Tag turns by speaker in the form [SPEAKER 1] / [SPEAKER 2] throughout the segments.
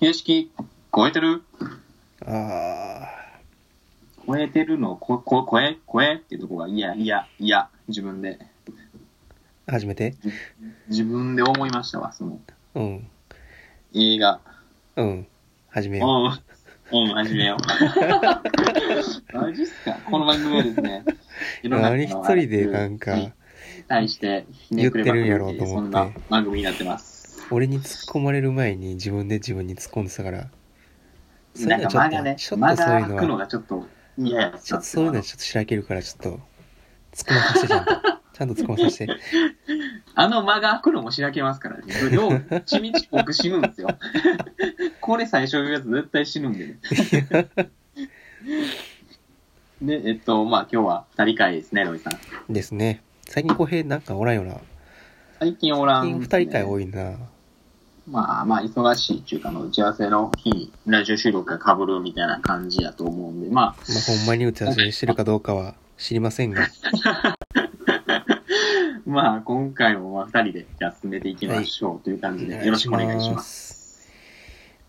[SPEAKER 1] 旧式超えてる
[SPEAKER 2] ああ。
[SPEAKER 1] 超えてるのこ、こ、超え、超えっていうとこが、いや、いや、いや、自分で、
[SPEAKER 2] 初めて
[SPEAKER 1] 自分で思いましたわ、その
[SPEAKER 2] うん。
[SPEAKER 1] 映画。
[SPEAKER 2] うん。始めよ。
[SPEAKER 1] おう、おう、始めよう。マジっすかこの番組はですね、いうろんな
[SPEAKER 2] 何一人でなん
[SPEAKER 1] に
[SPEAKER 2] か、
[SPEAKER 1] 対して、ひねくれまくる
[SPEAKER 2] 言ってるんやろうと思
[SPEAKER 1] そん
[SPEAKER 2] って
[SPEAKER 1] な番組になってます。
[SPEAKER 2] 俺に突っ込まれる前に自分で自分に突っ込んでたから。そうい
[SPEAKER 1] な
[SPEAKER 2] うんの
[SPEAKER 1] か
[SPEAKER 2] ちょっ
[SPEAKER 1] 間
[SPEAKER 2] と、
[SPEAKER 1] がね、
[SPEAKER 2] ちょっ
[SPEAKER 1] 間
[SPEAKER 2] と
[SPEAKER 1] が
[SPEAKER 2] そういうの
[SPEAKER 1] 空くの
[SPEAKER 2] は、
[SPEAKER 1] がちょっと嫌やったんです
[SPEAKER 2] ちょ
[SPEAKER 1] よ
[SPEAKER 2] っとそういうのはちょっとしらけるから、ちょっと、突っ込まさ せてちゃんと。ちゃんと突っ込まさせて。
[SPEAKER 1] あの間が空くのもしらけますからね。よう、ちみち僕死ぬんですよ。 これ最初言うやつ絶対死ぬん でね。で、えっと、まあ今日は二人会ですね、ロイさん。
[SPEAKER 2] ですね。最近浩平なんかおらんよな。
[SPEAKER 1] 最近おら
[SPEAKER 2] 最
[SPEAKER 1] ん、
[SPEAKER 2] 近二人会多いな。
[SPEAKER 1] まあまあ忙しいっていうか、あの打ち合わせの日にラジオ収録が被るみたいな感じやと思うんで、ま
[SPEAKER 2] まあ、ほんまに打ち合わせしてるかどうかは知りませんが。
[SPEAKER 1] あ、まあ今回もまあ二人でじゃあ進めていきましょうという感じで、よろしくお願いします。
[SPEAKER 2] す。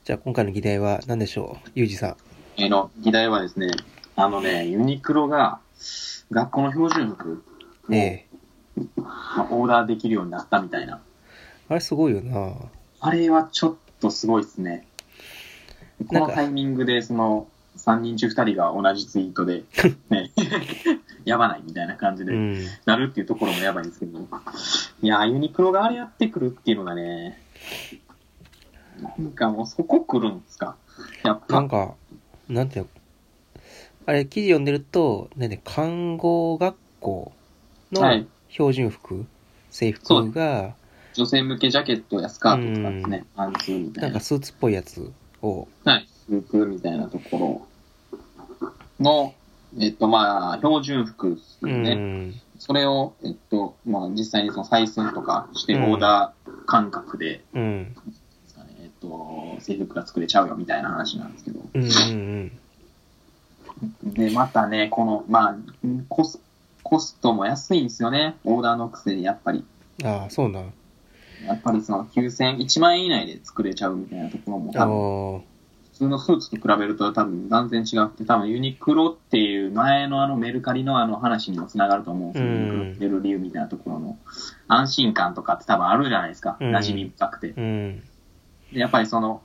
[SPEAKER 2] じゃあ今回の議題は何でしょうゆうじさん。
[SPEAKER 1] えーの議題はですね、あのね、ユニクロが学校の標準服を、
[SPEAKER 2] ええ。
[SPEAKER 1] まあオーダーできるようになったみたいな。
[SPEAKER 2] あれすごいよな。
[SPEAKER 1] あれはちょっとすごいですね。こ
[SPEAKER 2] なん
[SPEAKER 1] の
[SPEAKER 2] か
[SPEAKER 1] タイミングで、その、3人中2人が同じツイート で、ね、 やばないみたいな感じ
[SPEAKER 2] う
[SPEAKER 1] で、
[SPEAKER 2] ん。
[SPEAKER 1] なるっていうところもやばいんですけど、いやー、ユニクロがあれやってくるっていうのがね、なんかもうそこ来るんですか。やっ
[SPEAKER 2] な
[SPEAKER 1] ぱ
[SPEAKER 2] ん、か、なんていうのあれ記事読んでると、なんで、看護学校
[SPEAKER 1] は
[SPEAKER 2] の
[SPEAKER 1] い
[SPEAKER 2] 標準服、制
[SPEAKER 1] そう
[SPEAKER 2] 服が、
[SPEAKER 1] 女性向けジャケットやスカートとかですね、パンツみた
[SPEAKER 2] ないん
[SPEAKER 1] な
[SPEAKER 2] か。スーツっぽいやつを、
[SPEAKER 1] はい。スープみたいなところの、えっと、まあ、標準服です
[SPEAKER 2] う
[SPEAKER 1] よね。
[SPEAKER 2] ん。
[SPEAKER 1] それを、えっと、まあ、実際にその採寸とかして、
[SPEAKER 2] うん
[SPEAKER 1] オーダー感覚で、
[SPEAKER 2] うん。
[SPEAKER 1] ですかねえっと、制服が作れちゃうよみたいな話なんですけど。
[SPEAKER 2] うん。うん。
[SPEAKER 1] で、またね、この、まあ、コスコストも安いんですよね。オーダーのくせに、やっぱり。
[SPEAKER 2] ああ、そうなん。
[SPEAKER 1] やっぱりその9000、1万円以内で作れちゃうみたいなところも、
[SPEAKER 2] あ
[SPEAKER 1] 多分
[SPEAKER 2] の
[SPEAKER 1] 普通のスーツと比べると多分断然違くて、多分ユニクロっていう前のあのメルカリのあの話にもつながると思うんですよ。
[SPEAKER 2] うん
[SPEAKER 1] ユニクロってる理由みたいなところの安心感とかって多分あるじゃないですか。
[SPEAKER 2] うん
[SPEAKER 1] 馴染み深くて。
[SPEAKER 2] うん。
[SPEAKER 1] でやっぱりその、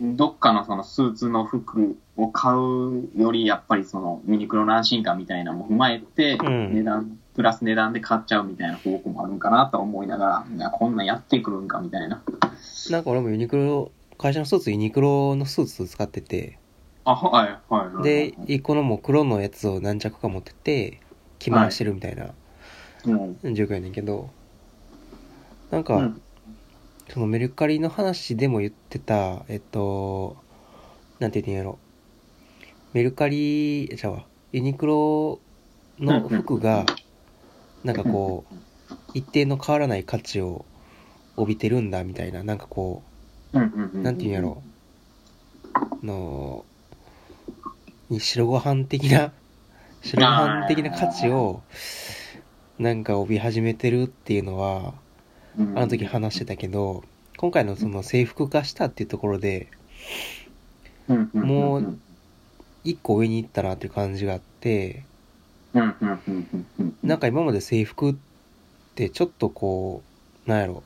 [SPEAKER 1] どっかのそのスーツの服を買うより、やっぱりそのユニクロの安心感みたいなのも踏まえて、
[SPEAKER 2] うん
[SPEAKER 1] 値段、プラス値段で買っちゃうみたいな方向もあるんかなと思いながら、いやこんなんやってくるんかみたいな。
[SPEAKER 2] なんか俺もユニクロ、会社のスーツ、ユニクロのスーツ使ってて、
[SPEAKER 1] あ、はい、はいはい。
[SPEAKER 2] で、一個のもう黒のやつを何着か持ってて、着回してるみたいな
[SPEAKER 1] うん、
[SPEAKER 2] 状況やねんけど、なん
[SPEAKER 1] う
[SPEAKER 2] か、
[SPEAKER 1] ん。
[SPEAKER 2] そのメルカリの話でも言ってた、えっと、なんて言うんやろ。メルカリ、じゃあ、ユニクロの服が、なんかこう、一定の変わらない価値を帯びてるんだみたいな、なんかこ
[SPEAKER 1] うんうんう
[SPEAKER 2] う、
[SPEAKER 1] ん。
[SPEAKER 2] なんて言うんやろ。の、に白ご飯的な、白ご飯的な価値を、なんか帯び始めてるっていうのは、
[SPEAKER 1] あ
[SPEAKER 2] あの時話してたけど、今回のその制服化したっていうところで、もう一個上に行ったなっていう感じがあって、なん
[SPEAKER 1] か、
[SPEAKER 2] か今まで制服ってちょっとこう、なんやろ、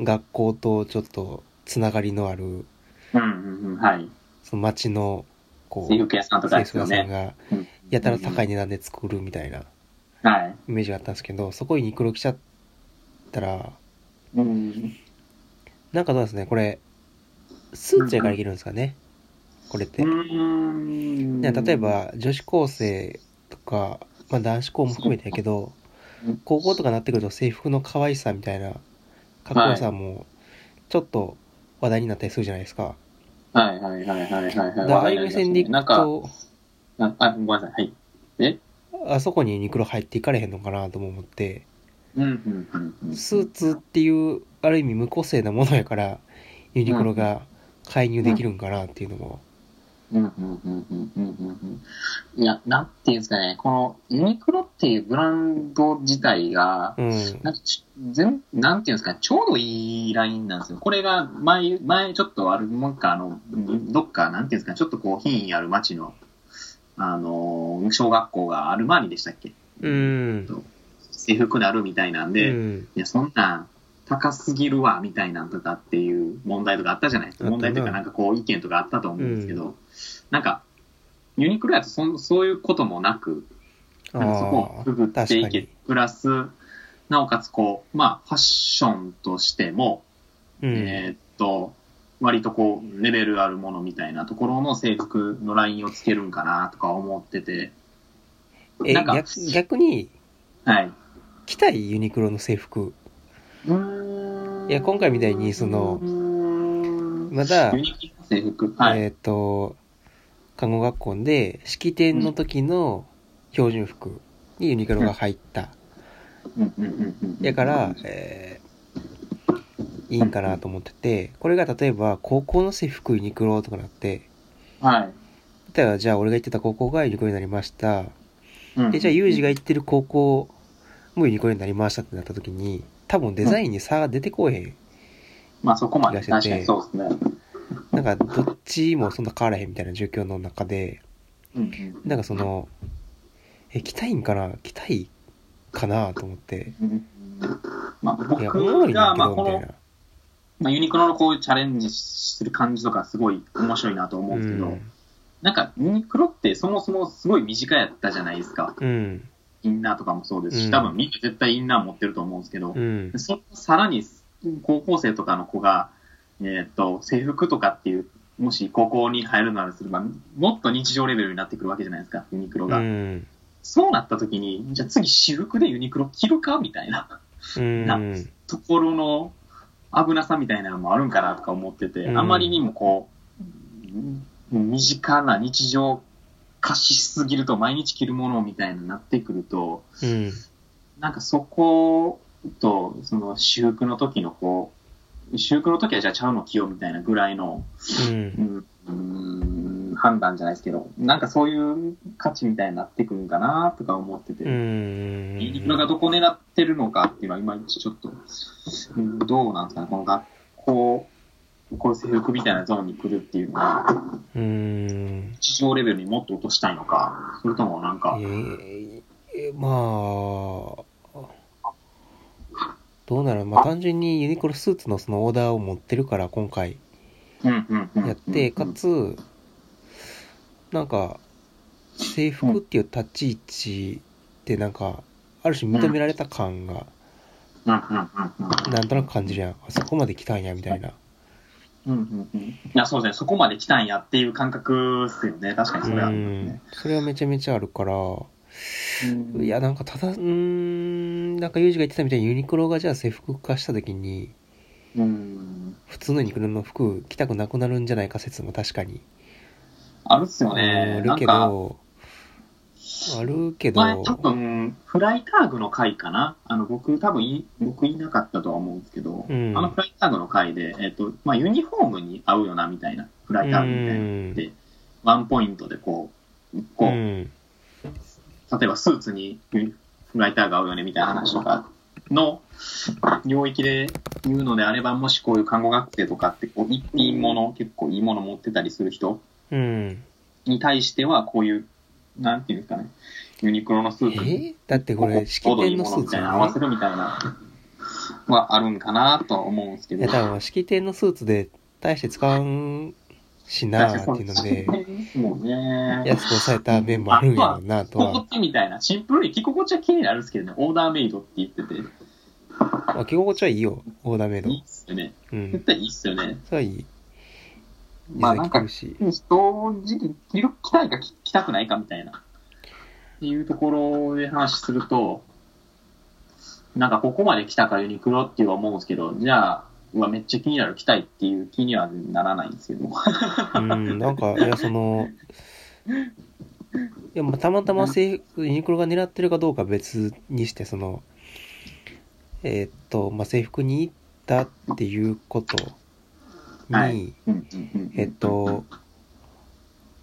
[SPEAKER 2] 学校とちょっとつながりのある、
[SPEAKER 1] うんうんうん、はい。
[SPEAKER 2] その町の、こう、
[SPEAKER 1] 制服屋さんとかで
[SPEAKER 2] 制
[SPEAKER 1] す
[SPEAKER 2] 服
[SPEAKER 1] よ
[SPEAKER 2] 屋さん
[SPEAKER 1] ね。
[SPEAKER 2] が、やたら高
[SPEAKER 1] い。
[SPEAKER 2] い値段で作るみたいな
[SPEAKER 1] はい。
[SPEAKER 2] イメージがあったんですけど、そこにニクロ来ちゃったら、
[SPEAKER 1] うん
[SPEAKER 2] なんかどうですね、これ、スーツやからいけるんですかね、これって
[SPEAKER 1] う。ん
[SPEAKER 2] ね、例え、ば女子高生とか、まあ、男子校も含めてやけど
[SPEAKER 1] うん
[SPEAKER 2] 高校とかになってくると制服の可愛さみたいなかっこよさもちょっと話題になったりするじゃないですか。
[SPEAKER 1] はいはいはいはいはいはい。
[SPEAKER 2] だからああいう目線でい
[SPEAKER 1] な
[SPEAKER 2] く
[SPEAKER 1] んか、
[SPEAKER 2] と、
[SPEAKER 1] あ、あごめんなさい。はい。
[SPEAKER 2] あそこにユニクロ入っていかれへんのかなとも思って、
[SPEAKER 1] うんうんうんうん。
[SPEAKER 2] スーツっていうある意味無個性なものやからユニクロが介入できるんかなっていうのも
[SPEAKER 1] うんうんうんうんうんうんうん。いや、なんていうんですかね、このユニクロっていうブランド自体が、
[SPEAKER 2] うん。
[SPEAKER 1] なんかち全なんていうんですか、ちょうどいいラインなんですよ。これが前、前ちょっとある、なんかあの、どっか、なんていうんですか、ちょっとこう、品位ある町の、あの、小学校がアルマーニでしたっけ
[SPEAKER 2] うん。
[SPEAKER 1] 制服なるみたいなんで、
[SPEAKER 2] うん
[SPEAKER 1] いや、そんなん、高すぎるわ、みたいなんとかっていう問題とかあったじゃないです
[SPEAKER 2] あ
[SPEAKER 1] か。
[SPEAKER 2] ったな
[SPEAKER 1] 問題というか、なんかこう、意見とかあったと思うんですけど、なんか、ユニクロやとそんそういうこともなく、なんかそこを
[SPEAKER 2] あ
[SPEAKER 1] くぐっ
[SPEAKER 2] あ、
[SPEAKER 1] て
[SPEAKER 2] 確
[SPEAKER 1] い
[SPEAKER 2] か
[SPEAKER 1] け
[SPEAKER 2] に。、
[SPEAKER 1] プラス、なおかつこう、まあ、ファッションとしても、
[SPEAKER 2] うん。
[SPEAKER 1] えーっと、割とこう、レベルあるものみたいなところの制服のラインをつけるんかなとか思ってて、
[SPEAKER 2] え
[SPEAKER 1] なんか
[SPEAKER 2] 逆、逆に、
[SPEAKER 1] はい。
[SPEAKER 2] 着たいユニクロの制服。いや今回みたいにその
[SPEAKER 1] うーん
[SPEAKER 2] まだ、
[SPEAKER 1] ユニクロの制服。はい。
[SPEAKER 2] えっ、と、看護学校で、式典の時の標準服にユニクロが入った。
[SPEAKER 1] うんうんうんうん
[SPEAKER 2] だから、えーいいんかなと思ってて、これが例えば、高校の制服ユニクロとかなって、
[SPEAKER 1] はい。
[SPEAKER 2] 例えば、じゃあ俺が行ってた高校がユニクロになりました。
[SPEAKER 1] うん
[SPEAKER 2] で、じゃあ、ユージが行ってる高校もユニクロになりましたってなった時に、多分デザインに差が出てこえへん。
[SPEAKER 1] まあそこまで、
[SPEAKER 2] 気が
[SPEAKER 1] 確
[SPEAKER 2] して
[SPEAKER 1] か
[SPEAKER 2] て
[SPEAKER 1] にそうですね。
[SPEAKER 2] なんか、どっちもそんな変わらへんみたいな状況の中で、
[SPEAKER 1] うん
[SPEAKER 2] なんかその、え、来たいんかな来たいかなと思って。
[SPEAKER 1] うんうんまあ
[SPEAKER 2] いや、おもろ
[SPEAKER 1] 僕
[SPEAKER 2] いねん
[SPEAKER 1] が、
[SPEAKER 2] け
[SPEAKER 1] まあ
[SPEAKER 2] ど、
[SPEAKER 1] こ
[SPEAKER 2] みたい
[SPEAKER 1] の、
[SPEAKER 2] な。
[SPEAKER 1] まあ、ユニクロのこういうチャレンジする感じとかすごい面白いなと思う
[SPEAKER 2] うん
[SPEAKER 1] ですけど、
[SPEAKER 2] ん。
[SPEAKER 1] なんかユニクロってそもそもすごい短いやったじゃないですか。
[SPEAKER 2] うん。
[SPEAKER 1] インナーとかもそうですし、
[SPEAKER 2] うん
[SPEAKER 1] 多分みんな絶対インナー持ってると思うんですけど、
[SPEAKER 2] うん。
[SPEAKER 1] そのさらに高校生とかの子が、えーっと制服とかっていう、もし高校に入るならすれば、もっと日常レベルになってくるわけじゃないですか、ユニクロ
[SPEAKER 2] う
[SPEAKER 1] が。
[SPEAKER 2] ん。
[SPEAKER 1] そうなった時に、じゃあ次、私服でユニクロ着るかみたいな
[SPEAKER 2] うん。
[SPEAKER 1] ところの危なさみたいなのもあるんかなとか思ってて、
[SPEAKER 2] うん
[SPEAKER 1] あまりにもこう、うん身近な日常化しすぎると、毎日着るものみたいになってくると、
[SPEAKER 2] うん。
[SPEAKER 1] なんかそこと、その私服の時のこう、私服の時はじゃあちゃうの着ようみたいなぐらいの、
[SPEAKER 2] うん
[SPEAKER 1] う。ん、うん判断じゃないですけど、なんかそういう価値みたいになってくるんかなとか思ってて、
[SPEAKER 2] う
[SPEAKER 1] ユ
[SPEAKER 2] ん。
[SPEAKER 1] ニクロがどこ狙ってるのかっていうのは、いまいちちょっと、うんどうなんですかね、この学校、こういう制服みたいなゾーンに来るっていうのは、
[SPEAKER 2] うん。
[SPEAKER 1] 地上レベルにもっと落としたいのか、それともなんか、
[SPEAKER 2] えーえーまあ、どうなるまあ単純にユニクロスーツのそのオーダーを持ってるから今回
[SPEAKER 1] うんうんうん
[SPEAKER 2] やって、かつ、なんか、制服っていう立ち位置ってなんか、ある種認められた感が、
[SPEAKER 1] うんうんうんうん
[SPEAKER 2] なんとなく感じるやん。あそこまで来たんや、みたいな。
[SPEAKER 1] うんうんうんいや、そうですね。そこまで来たんやっていう感覚ですよね。確かにそれはあ
[SPEAKER 2] う
[SPEAKER 1] ります
[SPEAKER 2] ん
[SPEAKER 1] ね。。
[SPEAKER 2] それはめちゃめちゃあるから、
[SPEAKER 1] うん
[SPEAKER 2] いや、なんかただ、うーん、なんかユージが言ってたみたいにユニクロがじゃあ制服化した時に、
[SPEAKER 1] うん。
[SPEAKER 2] 普通のユニクロの服着たくなくなるんじゃないか説も確かに
[SPEAKER 1] あるっすよ
[SPEAKER 2] あ
[SPEAKER 1] ね。
[SPEAKER 2] る
[SPEAKER 1] なん
[SPEAKER 2] け
[SPEAKER 1] か、
[SPEAKER 2] どあるけど
[SPEAKER 1] 前多分、フライターグの回かな。あの、僕多分い、僕いなかったとは思うんですけど、
[SPEAKER 2] うん
[SPEAKER 1] あのフライターグの回で、えっ、と、まあ、ユニフォームに合うよな、みたいな。フライターグみたいな。でワンポイントでこう、こう、
[SPEAKER 2] うん
[SPEAKER 1] 例えばスーツにライターが合うよねみたいな話とかの領域で言うのであれば、もしこういう看護学生とかってこういいいもの、結構いいもの持ってたりする人
[SPEAKER 2] うん
[SPEAKER 1] に対しては、こういう、なんていうんですかね、ユニクロのス
[SPEAKER 2] え
[SPEAKER 1] ーツに、
[SPEAKER 2] だってこれ式
[SPEAKER 1] ここ
[SPEAKER 2] 典のス
[SPEAKER 1] ちょうどいいもみ
[SPEAKER 2] ーツ
[SPEAKER 1] たいな
[SPEAKER 2] や
[SPEAKER 1] 合わせ
[SPEAKER 2] ね
[SPEAKER 1] るみたいな、はあるんかなとは思うんですけ
[SPEAKER 2] い
[SPEAKER 1] ど。
[SPEAKER 2] や多分式典のスーツで大して使わんしなーっていうので
[SPEAKER 1] もうね。
[SPEAKER 2] 安く抑えた面もあるんやろうな
[SPEAKER 1] 着
[SPEAKER 2] と
[SPEAKER 1] 心
[SPEAKER 2] は
[SPEAKER 1] 地みたいな、シンプルに着心地は気になるんですけどね、オーダーメイドって言ってて、
[SPEAKER 2] あ着心地はいいよオーダーメイド
[SPEAKER 1] いいっすよね。
[SPEAKER 2] う
[SPEAKER 1] 絶
[SPEAKER 2] ん
[SPEAKER 1] 対いいっすよね。
[SPEAKER 2] それはいい実
[SPEAKER 1] まあ
[SPEAKER 2] 際
[SPEAKER 1] なん
[SPEAKER 2] 着
[SPEAKER 1] か
[SPEAKER 2] てるし
[SPEAKER 1] 正直、着る着たいか着着たくないかみたいな、っていうところで話すると、なんかここまで来たからユニクロっては思うんですけど、じゃあ、うわ、めっちゃ気になる、着たいっていう気にはならないんですよ。
[SPEAKER 2] うん、なんか、いや、その、いや、まあ、たまたま制服、ユニクロが狙ってるかどうかは別にして、その、えーっと、まあ、制服に行ったっていうことに、
[SPEAKER 1] はいうんうんうん
[SPEAKER 2] えーっと、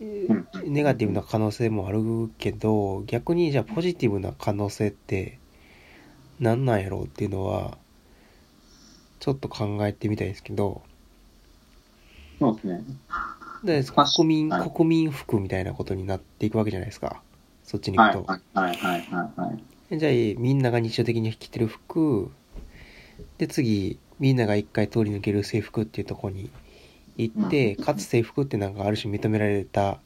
[SPEAKER 2] え
[SPEAKER 1] うん
[SPEAKER 2] ーネガティブな可能性もあるけど逆にじゃあポジティブな可能性って何なんやろうっていうのはちょっと考えてみたいんですけど
[SPEAKER 1] そうですね。
[SPEAKER 2] で
[SPEAKER 1] 確かに
[SPEAKER 2] 国民国民服みたいなことになっていくわけじゃないですかそっちに行
[SPEAKER 1] は
[SPEAKER 2] く
[SPEAKER 1] い
[SPEAKER 2] と、
[SPEAKER 1] はいはいはいはいはい。
[SPEAKER 2] じゃあみんなが日常的に着てる服で次みんなが一回通り抜ける制服っていうところに行って、
[SPEAKER 1] うん
[SPEAKER 2] かつ制服ってなんかある種認められた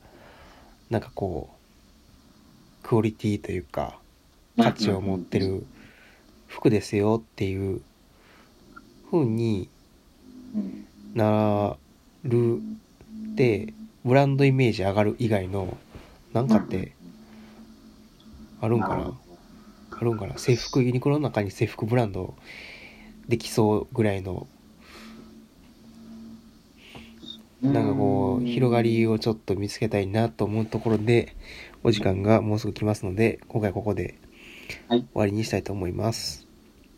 [SPEAKER 2] なんかこうクオリティというか価値を持ってる服ですよっていう風に
[SPEAKER 1] うん。
[SPEAKER 2] なるってブランドイメージ上がる以外のなんかってあるんかな、
[SPEAKER 1] なるほ
[SPEAKER 2] あるんかな制服ユニクロの中に制服ブランドできそうぐらいの
[SPEAKER 1] ど
[SPEAKER 2] なんかこう広がりをちょっと見つけたいなと思うところでお時間がもうすぐ来ますので今回ここで
[SPEAKER 1] は
[SPEAKER 2] 終
[SPEAKER 1] い
[SPEAKER 2] わりにしたいと思います、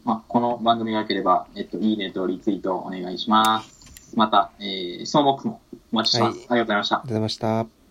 [SPEAKER 1] まあ、この番組が良ければ、えっと、いいねとリツイートお願いします。また、えー、質問ボックスもお待ちしてます。あ
[SPEAKER 2] はい
[SPEAKER 1] りがとうございました
[SPEAKER 2] ありがとう。ございました